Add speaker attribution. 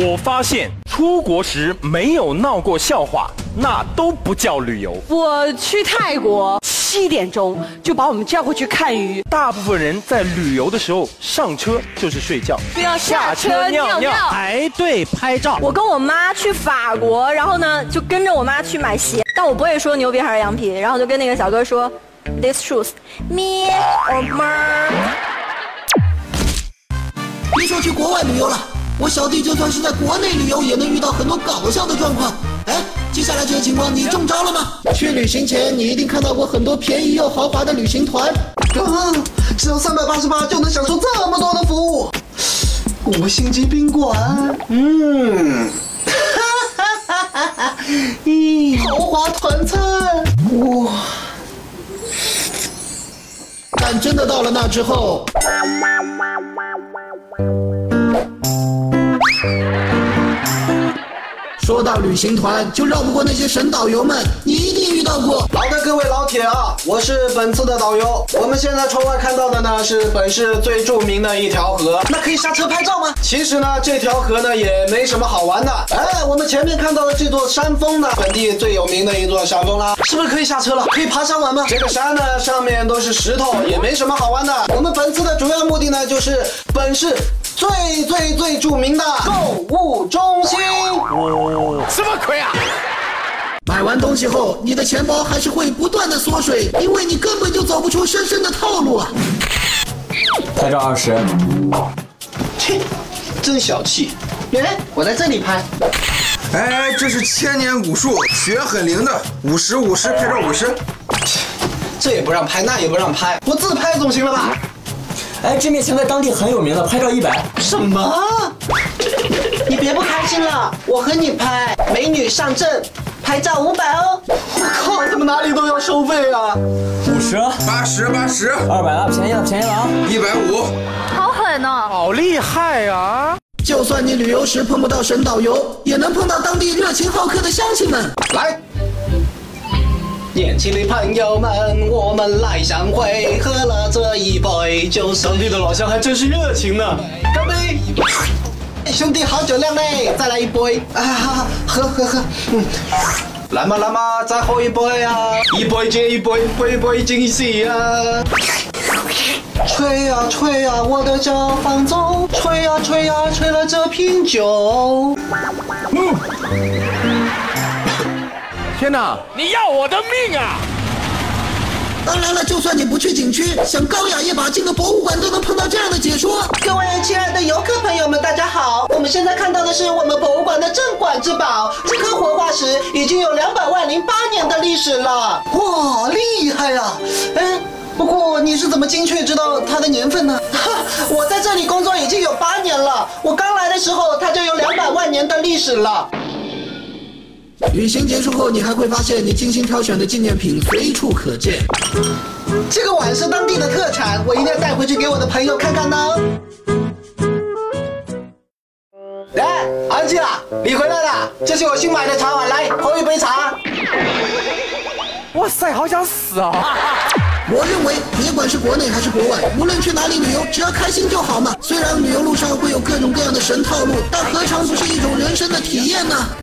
Speaker 1: 我发现出国时没有闹过笑话，那都不叫旅游。
Speaker 2: 我去泰国七点钟就把我们叫过去看鱼，
Speaker 1: 大部分人在旅游的时候上车就是睡觉，哎
Speaker 2: 不要下车尿尿。
Speaker 3: 排队拍照。
Speaker 4: 我跟我妈去法国，然后呢就跟着我妈去买鞋，但我不会说牛皮还是羊皮，然后就跟那个小哥说，these shoes me or mine。
Speaker 5: 别说去国外旅游了，我小弟就算是在国内旅游，也能遇到很多搞笑的状况。哎，接下来这些情况你中招了吗？去旅行前，你一定看到过很多便宜又豪华的旅行团，啊，只要三百八十八就能享受这么多的服务。五星级宾馆，嗯，哈哈哈哈咦，豪华团餐，哇！但真的到了那之后，说到旅行团，就绕不过那些神导游们，你一定遇到过。
Speaker 6: 好的，各位老铁啊，我是本次的导游。我们现在窗外看到的呢是本市最著名的一条河。
Speaker 5: 那可以刹车拍照吗？
Speaker 6: 其实呢，这条河呢也没什么好玩的。哎，我们前面看到的这座山峰呢，本地最有名的一座山峰啦。
Speaker 5: 是不是可以刹车了？可以爬山玩吗？
Speaker 6: 这个山呢上面都是石头，也没什么好玩的。我们本次的主要目的呢就是本市最最最著名的购物中心。
Speaker 1: 什么鬼啊？
Speaker 5: 买完东西后，你的钱包还是会不断的缩水，因为你根本就走不出深深的套路啊。
Speaker 7: 拍照二十，
Speaker 6: 切，真小气。
Speaker 5: 哎，我在这里拍。
Speaker 8: 哎，这是千年古树，雪很灵的，五十五十拍照五十。
Speaker 6: 这也不让拍，那也不让拍，我自拍总行了吧？
Speaker 7: 哎，这面墙在当地很有名的，拍照一百。
Speaker 5: 什么？
Speaker 6: 你别不开心了，我和你拍，美女上阵，拍照五百哦。我靠，他们哪里都要收费啊！
Speaker 7: 五十，二
Speaker 8: 八十八十，
Speaker 7: 百了，便宜了，便宜了啊！
Speaker 8: 一百五，
Speaker 1: 好厉害啊！
Speaker 5: 就算你旅游时碰不到神导游，也能碰到当地热情好客的乡亲们。
Speaker 6: 来，年轻的朋友们，我们来相会，喝了这一杯酒，上帝的老乡还真是热情呢。干杯！兄弟，好酒量嘞，再来一杯啊！喝喝喝，嗯。来嘛来嘛，再喝一杯啊！一杯接一杯，杯杯惊喜啊！吹呀、吹呀、我的小方舟，吹啊呀、吹呀、吹了这瓶酒。
Speaker 1: 天哪，你要我的命啊！
Speaker 5: 当然了，就算你不去景区，想高雅一把进个博物馆都能碰到这样的解说。
Speaker 6: 各位亲爱的游客朋友们，大家好！我们现在看到的是我们博物馆的镇馆之宝——这颗活化石，已经有两百万零八年的历史了。
Speaker 5: 哇，厉害呀、
Speaker 6: 哎，不过你是怎么精确知道它的年份呢？ 哈，我在这里工作已经有八年了，我刚来的时候它就有两百万年的历史了。
Speaker 5: 旅行结束后，你还会发现你精心挑选的纪念品随处可见。
Speaker 6: 这个碗是当地的特产，我一定要带回去给我的朋友看看呢。来，哎安吉拉，你回来了，这是我新买的茶碗，来喝一杯茶。
Speaker 1: 哇塞，好想死啊！
Speaker 5: 我认为，别管是国内还是国外，无论去哪里旅游，只要开心就好嘛。虽然旅游路上会有各种各样的神套路，但何尝不是一种人生的体验呢？